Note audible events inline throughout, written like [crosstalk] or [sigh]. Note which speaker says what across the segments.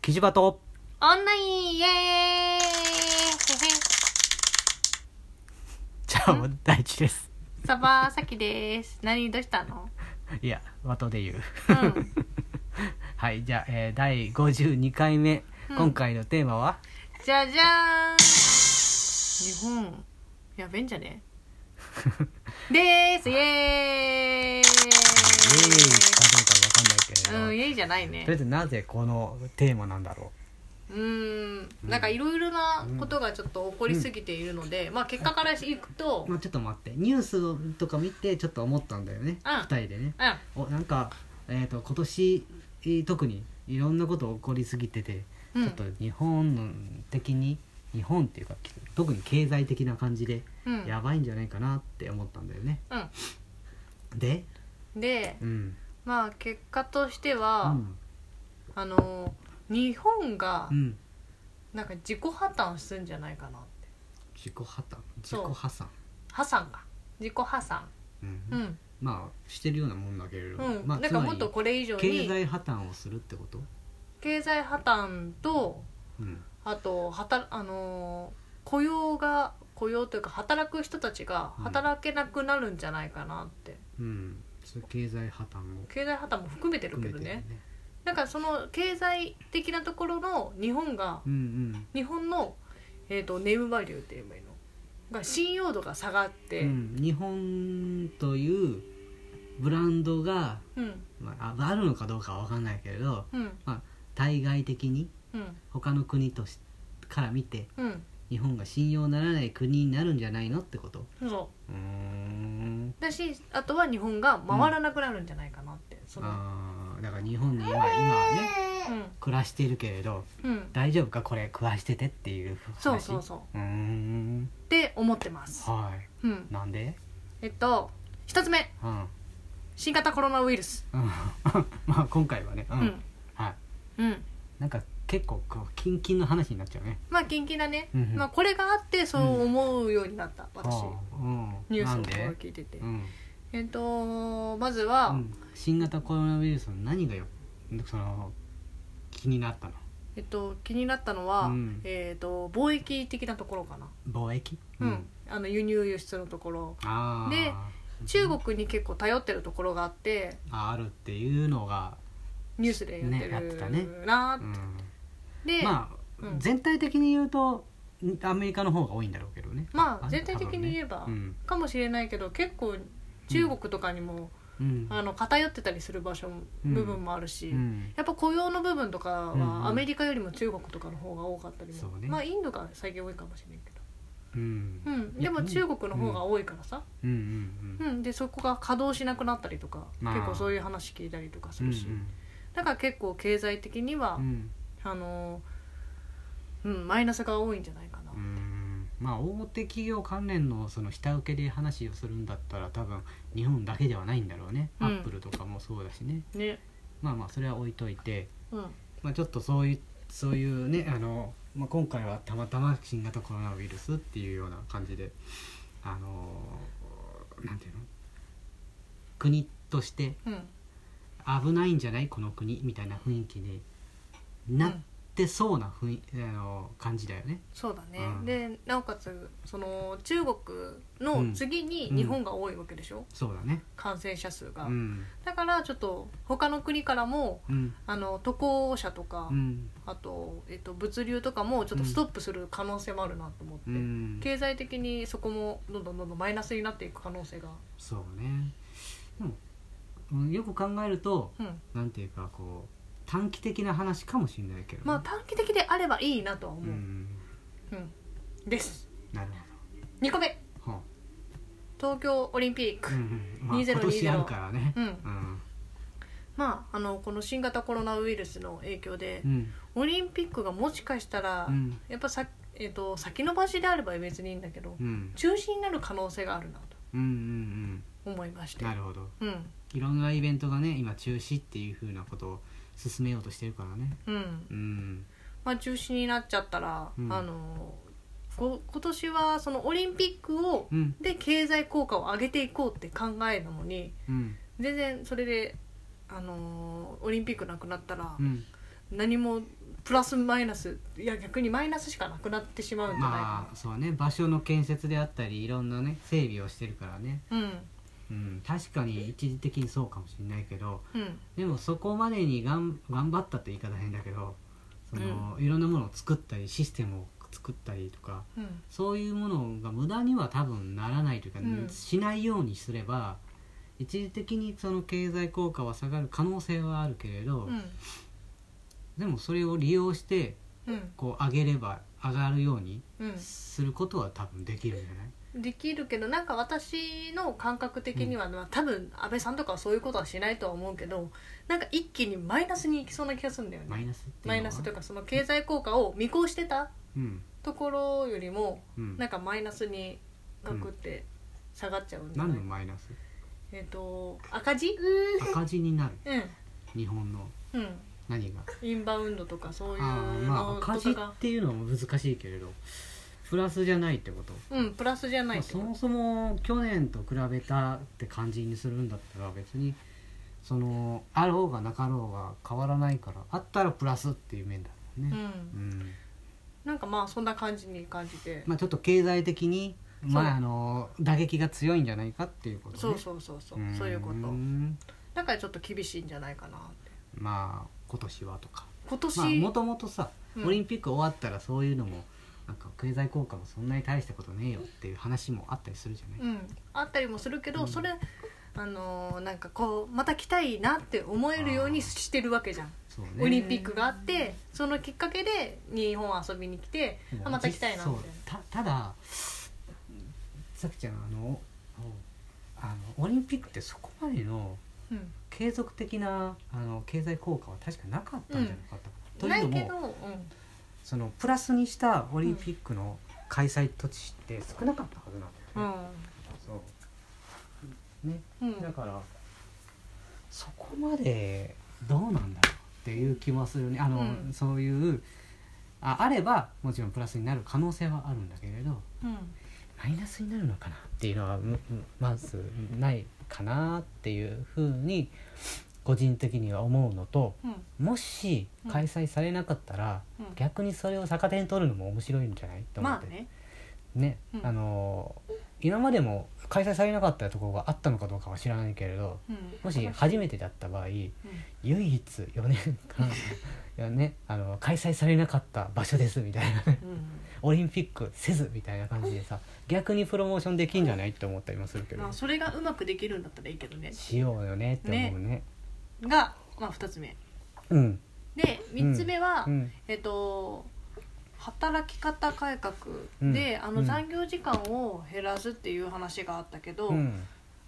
Speaker 1: キジバト
Speaker 2: オンラインイエーイ
Speaker 1: じゃあもう第一です
Speaker 2: サバサキです。何どうしたの
Speaker 1: いや的で言う
Speaker 2: うん。
Speaker 1: はいじゃあ、えー、第52回目、
Speaker 2: うん
Speaker 1: 今回のテーマは
Speaker 2: じゃじゃーん日本、やべんじゃねでーすイエーイ
Speaker 1: イエーイかどうかわかんないけれど、
Speaker 2: うん、イ
Speaker 1: と
Speaker 2: エーイじゃないね
Speaker 1: りあ。えずなぜこのテーマなんだろ
Speaker 2: うーん、なんかいろいろなことがちょっと起こりすぎているので、まあ結果からいくと
Speaker 1: う、まあ、ちょっと待ってニュースとか見てちょっと思ったんだよね、
Speaker 2: うん
Speaker 1: 2人でね
Speaker 2: うん、
Speaker 1: おなんか、えー、と今年えー特にいろんなこと起こりすぎてて、
Speaker 2: うん
Speaker 1: ちょっと日本の的に日本っていうか特に経済的な感じで
Speaker 2: うん、
Speaker 1: やばいんじゃないかなって思ったんだよね。で、
Speaker 2: うん。で、
Speaker 1: うん
Speaker 2: まあ結果として
Speaker 1: う
Speaker 2: は、
Speaker 1: ん
Speaker 2: あの日本が
Speaker 1: うん、
Speaker 2: なんか自己破綻するんじゃないかなって
Speaker 1: 自己破綻自
Speaker 2: そう
Speaker 1: 己破産、
Speaker 2: 破産が自己破産
Speaker 1: うん
Speaker 2: うん、
Speaker 1: まあしてるようなもんだけれど、
Speaker 2: うん
Speaker 1: まあ、
Speaker 2: なん
Speaker 1: つ
Speaker 2: か
Speaker 1: ま
Speaker 2: もっと
Speaker 1: り
Speaker 2: これ以上に
Speaker 1: 経
Speaker 2: 経済
Speaker 1: 済破綻をするってこと、
Speaker 2: 破綻と
Speaker 1: うん
Speaker 2: あとはた、あのー雇用が雇用というか働く人たちが
Speaker 1: うん
Speaker 2: 働けなくなるんじゃないかなって、
Speaker 1: うん、それ経済破綻を
Speaker 2: 経済破綻も含めてる
Speaker 1: 含
Speaker 2: け
Speaker 1: め
Speaker 2: ど
Speaker 1: てる
Speaker 2: ねなんかその経済的なところの日本が
Speaker 1: うんうん
Speaker 2: 日本の、えー、とネームバリューって言えばいいのが信用度が下がって、
Speaker 1: うん、日本というブランドが、
Speaker 2: うん
Speaker 1: まあ、ああるのかどうかは分かんないけれど
Speaker 2: うん
Speaker 1: 対外的に
Speaker 2: うん
Speaker 1: 他の国としから見て
Speaker 2: うん
Speaker 1: 日本が信用ならない国になるんじゃないのってこと
Speaker 2: そう
Speaker 1: ーん
Speaker 2: うだしあとは日本が回らなくなるんじゃないかなって、その
Speaker 1: あーだから日本に今今はね
Speaker 2: う
Speaker 1: 暮らしているけれど
Speaker 2: んうん
Speaker 1: 大丈夫かこれ暮らしててっていう話
Speaker 2: そうそうそうっ
Speaker 1: うーん
Speaker 2: て思ってます、
Speaker 1: は
Speaker 2: うん
Speaker 1: い、なんで
Speaker 2: えっと一つ目
Speaker 1: うん、うん [laughs]
Speaker 2: 新型コロナウイルス
Speaker 1: まあ今回はねう、
Speaker 2: うんん
Speaker 1: はい
Speaker 2: うん
Speaker 1: なんか結構こうキンキンの話になっちゃうね
Speaker 2: まあ近々だね、
Speaker 1: うんうん
Speaker 2: まあ、これがあってそう思うようになった、私
Speaker 1: はあうん、
Speaker 2: ニュース
Speaker 1: なん
Speaker 2: の方
Speaker 1: で
Speaker 2: を、聞いてて、
Speaker 1: うん
Speaker 2: えっとまず
Speaker 1: う
Speaker 2: は、
Speaker 1: ん、新型コロナウイルスの何がよその気になったの
Speaker 2: えっと気になったのは、
Speaker 1: うん
Speaker 2: えっと貿易的なところかな
Speaker 1: 貿易、
Speaker 2: うん、あの輸入輸出のところ
Speaker 1: ああ
Speaker 2: で中国に結構頼ってるところがあって
Speaker 1: あるっていうのが、
Speaker 2: ニュースでやって
Speaker 1: ねやってたね
Speaker 2: るなー
Speaker 1: う
Speaker 2: って
Speaker 1: ん、
Speaker 2: で、まあ、
Speaker 1: まあ、
Speaker 2: うん
Speaker 1: 全体的に言うとアメリカの方が多いんだろうけどね
Speaker 2: 全体的に言え
Speaker 1: ば
Speaker 2: ば、
Speaker 1: うん
Speaker 2: かもしれないけど結構中国とかにも、
Speaker 1: うん
Speaker 2: あの偏ってたりする場所も、
Speaker 1: うん
Speaker 2: 部分もあるし、
Speaker 1: うん
Speaker 2: やっぱ雇用の部分とか
Speaker 1: うんうん
Speaker 2: はアメリカよりも中国とかの方が多かったりも
Speaker 1: そ、うね
Speaker 2: まあインドが最近多いかもしれないけど、
Speaker 1: うん
Speaker 2: う
Speaker 1: うん
Speaker 2: ん、
Speaker 1: い
Speaker 2: で
Speaker 1: や
Speaker 2: も中国の方が多いからさ、
Speaker 1: うんうん
Speaker 2: うんでそこが稼働しなくなったりとか
Speaker 1: まあ
Speaker 2: 結構そういう話聞いたりとかす
Speaker 1: うん
Speaker 2: るし、だから結構経済的には、
Speaker 1: うん
Speaker 2: あのうんマイナスが多いんじゃないかな。
Speaker 1: うんまあ大手企業関連のその下請けで話をするんだったら多分日本だけではないんだろうね、
Speaker 2: うん
Speaker 1: アップルとかもそうだしね
Speaker 2: ね、
Speaker 1: まあまあそれは置いといて、
Speaker 2: うん、
Speaker 1: まあ、ちょっとそういうそういうねあの、まあ、今回はたまたま新型コロナウイルスっていうような感じであのなんていうの国として
Speaker 2: うん、
Speaker 1: 危ないんじゃないこの国みたいな雰囲気になってそうな雰囲あの感じだよね。
Speaker 2: そうだね、
Speaker 1: うん
Speaker 2: でなおかつその中国の次に日本が多いわけでしょ、
Speaker 1: そうだね、
Speaker 2: 感染者数
Speaker 1: う
Speaker 2: が、
Speaker 1: ん
Speaker 2: だからちょっと他の国からも
Speaker 1: うん
Speaker 2: あの渡航者とか、
Speaker 1: うん
Speaker 2: あと、えっと、物流とかもちょっとストップする可能性もあるなと思って、
Speaker 1: うん、
Speaker 2: 経済的にそこもどんどんどんどんマイナスになっていく可能性が
Speaker 1: そうねでもうんよく考えると
Speaker 2: うん
Speaker 1: なんていうかこう短期的な話かもしれないけどね、
Speaker 2: まあ短期的であればいいなとは思
Speaker 1: う
Speaker 2: う、うん
Speaker 1: ん
Speaker 2: です
Speaker 1: なる
Speaker 2: 2個目
Speaker 1: ほど、は
Speaker 2: 東京オリンピッ
Speaker 1: あ
Speaker 2: ク、
Speaker 1: うんうんまあ、
Speaker 2: 2020
Speaker 1: 今年あるからね
Speaker 2: うん
Speaker 1: うん
Speaker 2: まああのこの新型コロナウイルスの影響で
Speaker 1: う、ん
Speaker 2: オリンピックがもしかしたら、
Speaker 1: うん
Speaker 2: やっぱさ、えっと先延ばしであれば別にいいんだけど、
Speaker 1: うん
Speaker 2: 中止になる可能性があるな
Speaker 1: うんうん
Speaker 2: と思いまし
Speaker 1: うん
Speaker 2: て
Speaker 1: なるほど
Speaker 2: うん
Speaker 1: いろんなイベントがね今中止っていうふうなことを進めようとしてるからね
Speaker 2: うん
Speaker 1: うん
Speaker 2: まあ、中止になっちゃったら、
Speaker 1: うん
Speaker 2: あのこ今年はそのオリンピックを、
Speaker 1: うん
Speaker 2: で経済効果を上げていこうって考えなのに
Speaker 1: うん
Speaker 2: 全然それで、あのオリンピックなくなったら
Speaker 1: うん
Speaker 2: 何もプラスマイナスいや逆にマイナスしかなくなってしまうんじゃないかな、
Speaker 1: まあそうね場所の建設であったりいろんなね整備をしてるからね、
Speaker 2: うん
Speaker 1: うん、確かに一時的にそうかもしれないけど
Speaker 2: うん
Speaker 1: でもそこまでにがん頑張ったって言い方変だけどその、いろんなものを作ったりシステムを作ったりとか
Speaker 2: うん
Speaker 1: そういうものが無駄には多分ならないというか、
Speaker 2: うん
Speaker 1: しないようにすれば一時的にその経済効果は下がる可能性はあるけれど、
Speaker 2: うん
Speaker 1: でもそれを利用して
Speaker 2: うん
Speaker 1: こう上げれば上がるように
Speaker 2: うん
Speaker 1: することは多分できるんじゃない、
Speaker 2: できるけどなんか私の感覚的には、まあ多分安倍さんとかはそういうことはしないとは思うけどなんか一気にマイナスにいきそうな気がするんだよね
Speaker 1: マイナスっていうのは
Speaker 2: マイナスというかその経済効果を見越してた
Speaker 1: うん
Speaker 2: ところよりも
Speaker 1: うん
Speaker 2: なんかマイナスに額って下がっちゃうんじゃな
Speaker 1: 何
Speaker 2: い、
Speaker 1: のマイナス
Speaker 2: えっ、と赤字
Speaker 1: 赤字になる
Speaker 2: うん
Speaker 1: 日本の
Speaker 2: うん
Speaker 1: 何が
Speaker 2: インバウンドとかそういう
Speaker 1: ああまあ
Speaker 2: の
Speaker 1: 赤
Speaker 2: と
Speaker 1: 字
Speaker 2: か
Speaker 1: っ
Speaker 2: が、
Speaker 1: ていうのも難しいけれどプラスじゃないってこと、
Speaker 2: うんプラスじゃな
Speaker 1: ま
Speaker 2: い
Speaker 1: あ、
Speaker 2: って
Speaker 1: そ
Speaker 2: こと
Speaker 1: もそも去年と比べたって感じにするんだったら別にそのあろうがなかろうが変わらないからあったらプラスっていう面だもん
Speaker 2: う
Speaker 1: ね、
Speaker 2: ん
Speaker 1: うん
Speaker 2: なんかまあそんな感じに感じて、
Speaker 1: まあ、ちょっと経済的に、
Speaker 2: そう
Speaker 1: まあ、あの打撃が強いんじゃないかっていうことね
Speaker 2: そうそうそうそうそういうこと
Speaker 1: ん
Speaker 2: だからちょっと厳しいんじゃないかなって
Speaker 1: まあ今年はとか
Speaker 2: 今年、
Speaker 1: まあもともとさ、
Speaker 2: うん
Speaker 1: オリンピック終わったらそういうのもなんか経済効果もそんなに大したことねえよっていう話もあったりするじゃない、
Speaker 2: うん、あったりもするけど、
Speaker 1: うん
Speaker 2: それあのーなんかこうまた来たいなって思えるようにしてるわけじゃん、
Speaker 1: そうね
Speaker 2: オリンピックがあってそのきっかけで日本遊びに来て
Speaker 1: でも
Speaker 2: あまた来たいな
Speaker 1: そ
Speaker 2: み
Speaker 1: う
Speaker 2: たい
Speaker 1: たたださくちゃんあのあのオリンピックってそこまでの
Speaker 2: な、
Speaker 1: 継続的なあの経済効果は確かなかったんじゃなかったか
Speaker 2: う
Speaker 1: な、
Speaker 2: ん、な
Speaker 1: と
Speaker 2: い
Speaker 1: い
Speaker 2: け
Speaker 1: うの
Speaker 2: ど、
Speaker 1: も
Speaker 2: うん、
Speaker 1: そのプラスにしたオリンピックの開催土地って少なかったはずなん
Speaker 2: う
Speaker 1: だよね、
Speaker 2: ん
Speaker 1: そうね
Speaker 2: うん
Speaker 1: だからそこまでどうなんだろうっていう気もするねあの、
Speaker 2: うん
Speaker 1: そういうああればもちろんプラスになる可能性はあるんだけれど
Speaker 2: うん
Speaker 1: マイナスになるのかなっていうのはむむまずないかなっていうふうに個人的には思うのと
Speaker 2: うん
Speaker 1: もし開催されなかったら、
Speaker 2: うん
Speaker 1: 逆にそれを逆手に取るのも面白いんじゃないと思っ
Speaker 2: まあ
Speaker 1: て、
Speaker 2: ね
Speaker 1: ね、
Speaker 2: うん
Speaker 1: あの今までも開催されなかったところがあったのかどうかは知らないけれど
Speaker 2: うん
Speaker 1: もし初めてだった場合唯一4年
Speaker 2: [laughs]
Speaker 1: 間いや、ね、あの開催されなかった場所ですみたいなね
Speaker 2: うん
Speaker 1: オリンピックせずみたいな感じでさ逆にプロモーションできんじゃないって思ったりもするけ
Speaker 2: うん
Speaker 1: ど
Speaker 2: まあ、それがうまくできるんだったらいいけどね
Speaker 1: しようよねって思うね
Speaker 2: が、まあ、2つ目
Speaker 1: うん
Speaker 2: で3つ目は、
Speaker 1: うん
Speaker 2: えっと働き方改革で、
Speaker 1: うん
Speaker 2: あ
Speaker 1: う
Speaker 2: の
Speaker 1: ん
Speaker 2: 残業時間を減らすっていう話があったけど、
Speaker 1: うん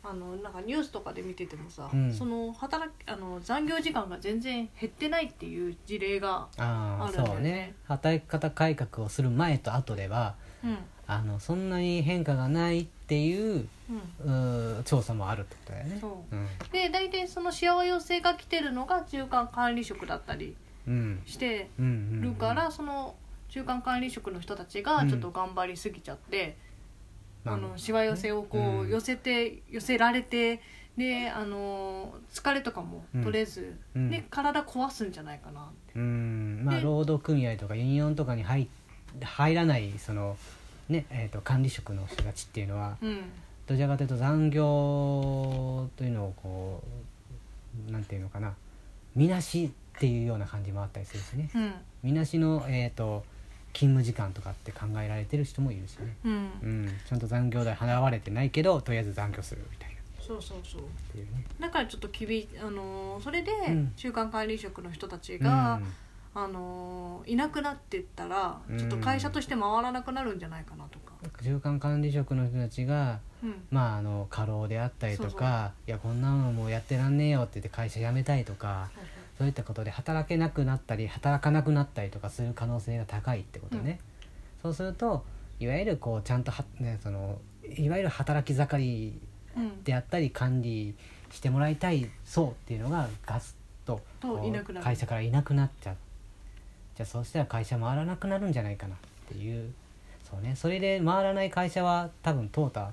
Speaker 2: あのなんかニュースとかで見ててもさ、
Speaker 1: うん
Speaker 2: その働きあの残業時間が全然減ってないっていう事例が、
Speaker 1: あ
Speaker 2: あ
Speaker 1: あ
Speaker 2: るんだよね
Speaker 1: そうね働き方改革をする前と後では
Speaker 2: うん
Speaker 1: あのそんなに変化がないっていう
Speaker 2: うん、
Speaker 1: うー調査もあるってことだよね。
Speaker 2: そう
Speaker 1: うん
Speaker 2: で大体そのしわ寄せが来てるのが中間管理職だったり
Speaker 1: うん
Speaker 2: して
Speaker 1: うんうん
Speaker 2: るから、その中間管理職の人たちがちょっと頑張りすぎちゃって。あのしわ寄せをこ
Speaker 1: う
Speaker 2: うん寄せて、寄せられてであの疲れとかも取れず、
Speaker 1: うん
Speaker 2: で体壊すんじゃないかなって、
Speaker 1: うんまあ
Speaker 2: で
Speaker 1: 労働組合とかユニオンとかに入入らないそのねえー、と管理職の人たちっていうのは
Speaker 2: うん
Speaker 1: どちらかというと残業というのをこうなんていうのかなみなしっていうような感じもあったりするしね
Speaker 2: うん
Speaker 1: みなしの、えー、と勤務時間とかって考えられてる人もいるしね、
Speaker 2: うん
Speaker 1: うん、ちゃんと残業代払われてないけどとりあえず残業するみたいな
Speaker 2: そうそうそう
Speaker 1: っていうね。
Speaker 2: だからちょっときびあのそれで
Speaker 1: うん
Speaker 2: 中間管理職の人たちが、
Speaker 1: うん
Speaker 2: あのいなくなってったら
Speaker 1: うん
Speaker 2: ちょっと会社として回らなくなるんじゃないかなとか、
Speaker 1: 中間管理職の人たちが、
Speaker 2: うん
Speaker 1: まあ、あの過労であったりとかいやこんなのもうやってらんねえよって言って会社辞めたいとかそういったことで働けなくなったり働かなくなったりとかする可能性が高いってことね、そうするといわゆるこうちゃんとは、ね、そのいわゆる働き盛り
Speaker 2: うん、
Speaker 1: であったり管理してもらいたい層っていうのがガスッと
Speaker 2: と
Speaker 1: こう
Speaker 2: いなくなる
Speaker 1: 会社からいなくなっちゃうじゃあそうしたら会社回らなくなるんじゃないかなっていうそうねそれで回らない会社は多分淘汰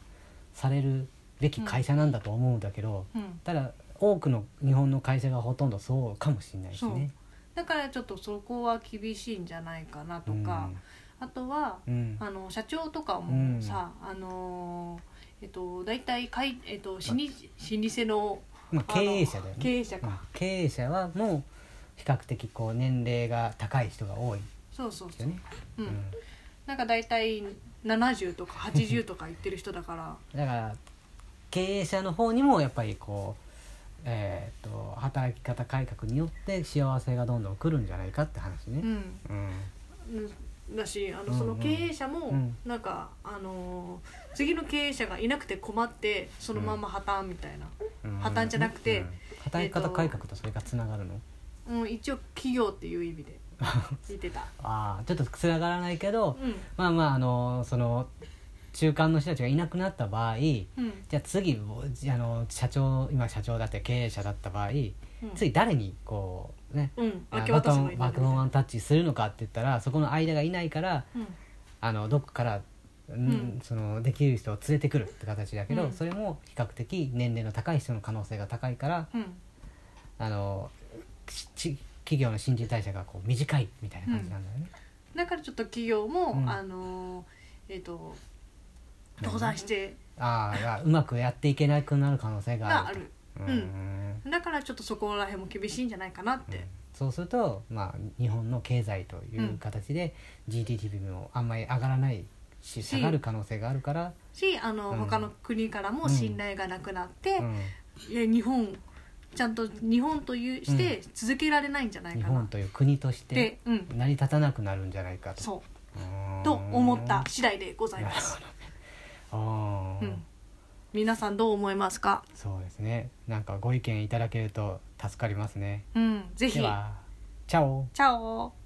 Speaker 1: されるべき会社なんだと思うんだけど、
Speaker 2: うん、
Speaker 1: ただ多くの日本の会社がほとんどそうかもしれないしね。
Speaker 2: だからちょっとそこは厳しいんじゃないかなとか、あとは
Speaker 1: うん、
Speaker 2: あの社長とか
Speaker 1: うん
Speaker 2: もさ、あのーえっと大体かいえっと老舗の
Speaker 1: まあ、
Speaker 2: あ
Speaker 1: 経
Speaker 2: の
Speaker 1: 営者だよね
Speaker 2: 経営者か、
Speaker 1: まあ経営者はもう比較的こう年齢が高い人が多いん
Speaker 2: そうそう
Speaker 1: です
Speaker 2: そう
Speaker 1: よね、
Speaker 2: う、
Speaker 1: うん
Speaker 2: なんか大体70とか80とか言ってる人
Speaker 1: [laughs]
Speaker 2: だから
Speaker 1: だから経営者の方にもやっぱりこうえーっと働き方改革によって幸せがどんどん来るんじゃないかって話
Speaker 2: う
Speaker 1: ね、
Speaker 2: ん
Speaker 1: うん
Speaker 2: うんだしあ
Speaker 1: うんう
Speaker 2: の
Speaker 1: ん
Speaker 2: その経営者も
Speaker 1: うん
Speaker 2: なんか、あのー次の経営者がいなくて困ってそのまま破綻みたいな、
Speaker 1: うん
Speaker 2: 破綻じゃなくて
Speaker 1: うん働き方改革とそれがつながるの、
Speaker 2: うん、一応企業っていう意
Speaker 1: [laughs]
Speaker 2: 味で言ってた
Speaker 1: ああちょっとつながらないけど、
Speaker 2: うん
Speaker 1: まあまああのその中間の人たちがいなくなった場合じ
Speaker 2: うん
Speaker 1: ゃあ次あの社長今社長だって経営者だった場合
Speaker 2: うん
Speaker 1: 次誰にこうね
Speaker 2: うん明
Speaker 1: バ
Speaker 2: け
Speaker 1: ト
Speaker 2: 渡すの
Speaker 1: ン
Speaker 2: い
Speaker 1: バトンワンタッチするのかって言ったらそこの間がいないから
Speaker 2: うん
Speaker 1: あのどこから、うん
Speaker 2: うん
Speaker 1: そのできる人を連れてくるって形だけど、
Speaker 2: うん
Speaker 1: それも比較的年齢の高い人の可能性が高いから
Speaker 2: うん
Speaker 1: あのしし企業の新陳代謝がこう短いみたいな感じなんだよね。
Speaker 2: だからちょっと企業も、
Speaker 1: うん
Speaker 2: あのーえっ、と倒産して
Speaker 1: あーあうまくやっていけなくなる可能性が
Speaker 2: が
Speaker 1: あ
Speaker 2: あ
Speaker 1: る
Speaker 2: る
Speaker 1: と
Speaker 2: うん
Speaker 1: うん
Speaker 2: だからちょっとそこら辺も厳しいんじゃないかなって、
Speaker 1: そうすると、まあ、日本の経済という形で GDP もあんまり上がらないし
Speaker 2: し
Speaker 1: 下がる可能性があるから、
Speaker 2: しあの、
Speaker 1: うん
Speaker 2: 他の国からも信頼がなくなって
Speaker 1: う、ん
Speaker 2: いや日本ちゃんと日本というして続けられないんじゃない
Speaker 1: 日
Speaker 2: かな
Speaker 1: 本
Speaker 2: っ
Speaker 1: という国として
Speaker 2: て、うん、
Speaker 1: 成り立たなくなるんじゃないかと。
Speaker 2: そう
Speaker 1: ー
Speaker 2: うんと思った次第でございます。
Speaker 1: ああ、
Speaker 2: うん、皆さんどう思いますか、
Speaker 1: そうですねなんかご意見いただけると助かりますね
Speaker 2: うん、ぜひ
Speaker 1: ではチャオ
Speaker 2: チャオ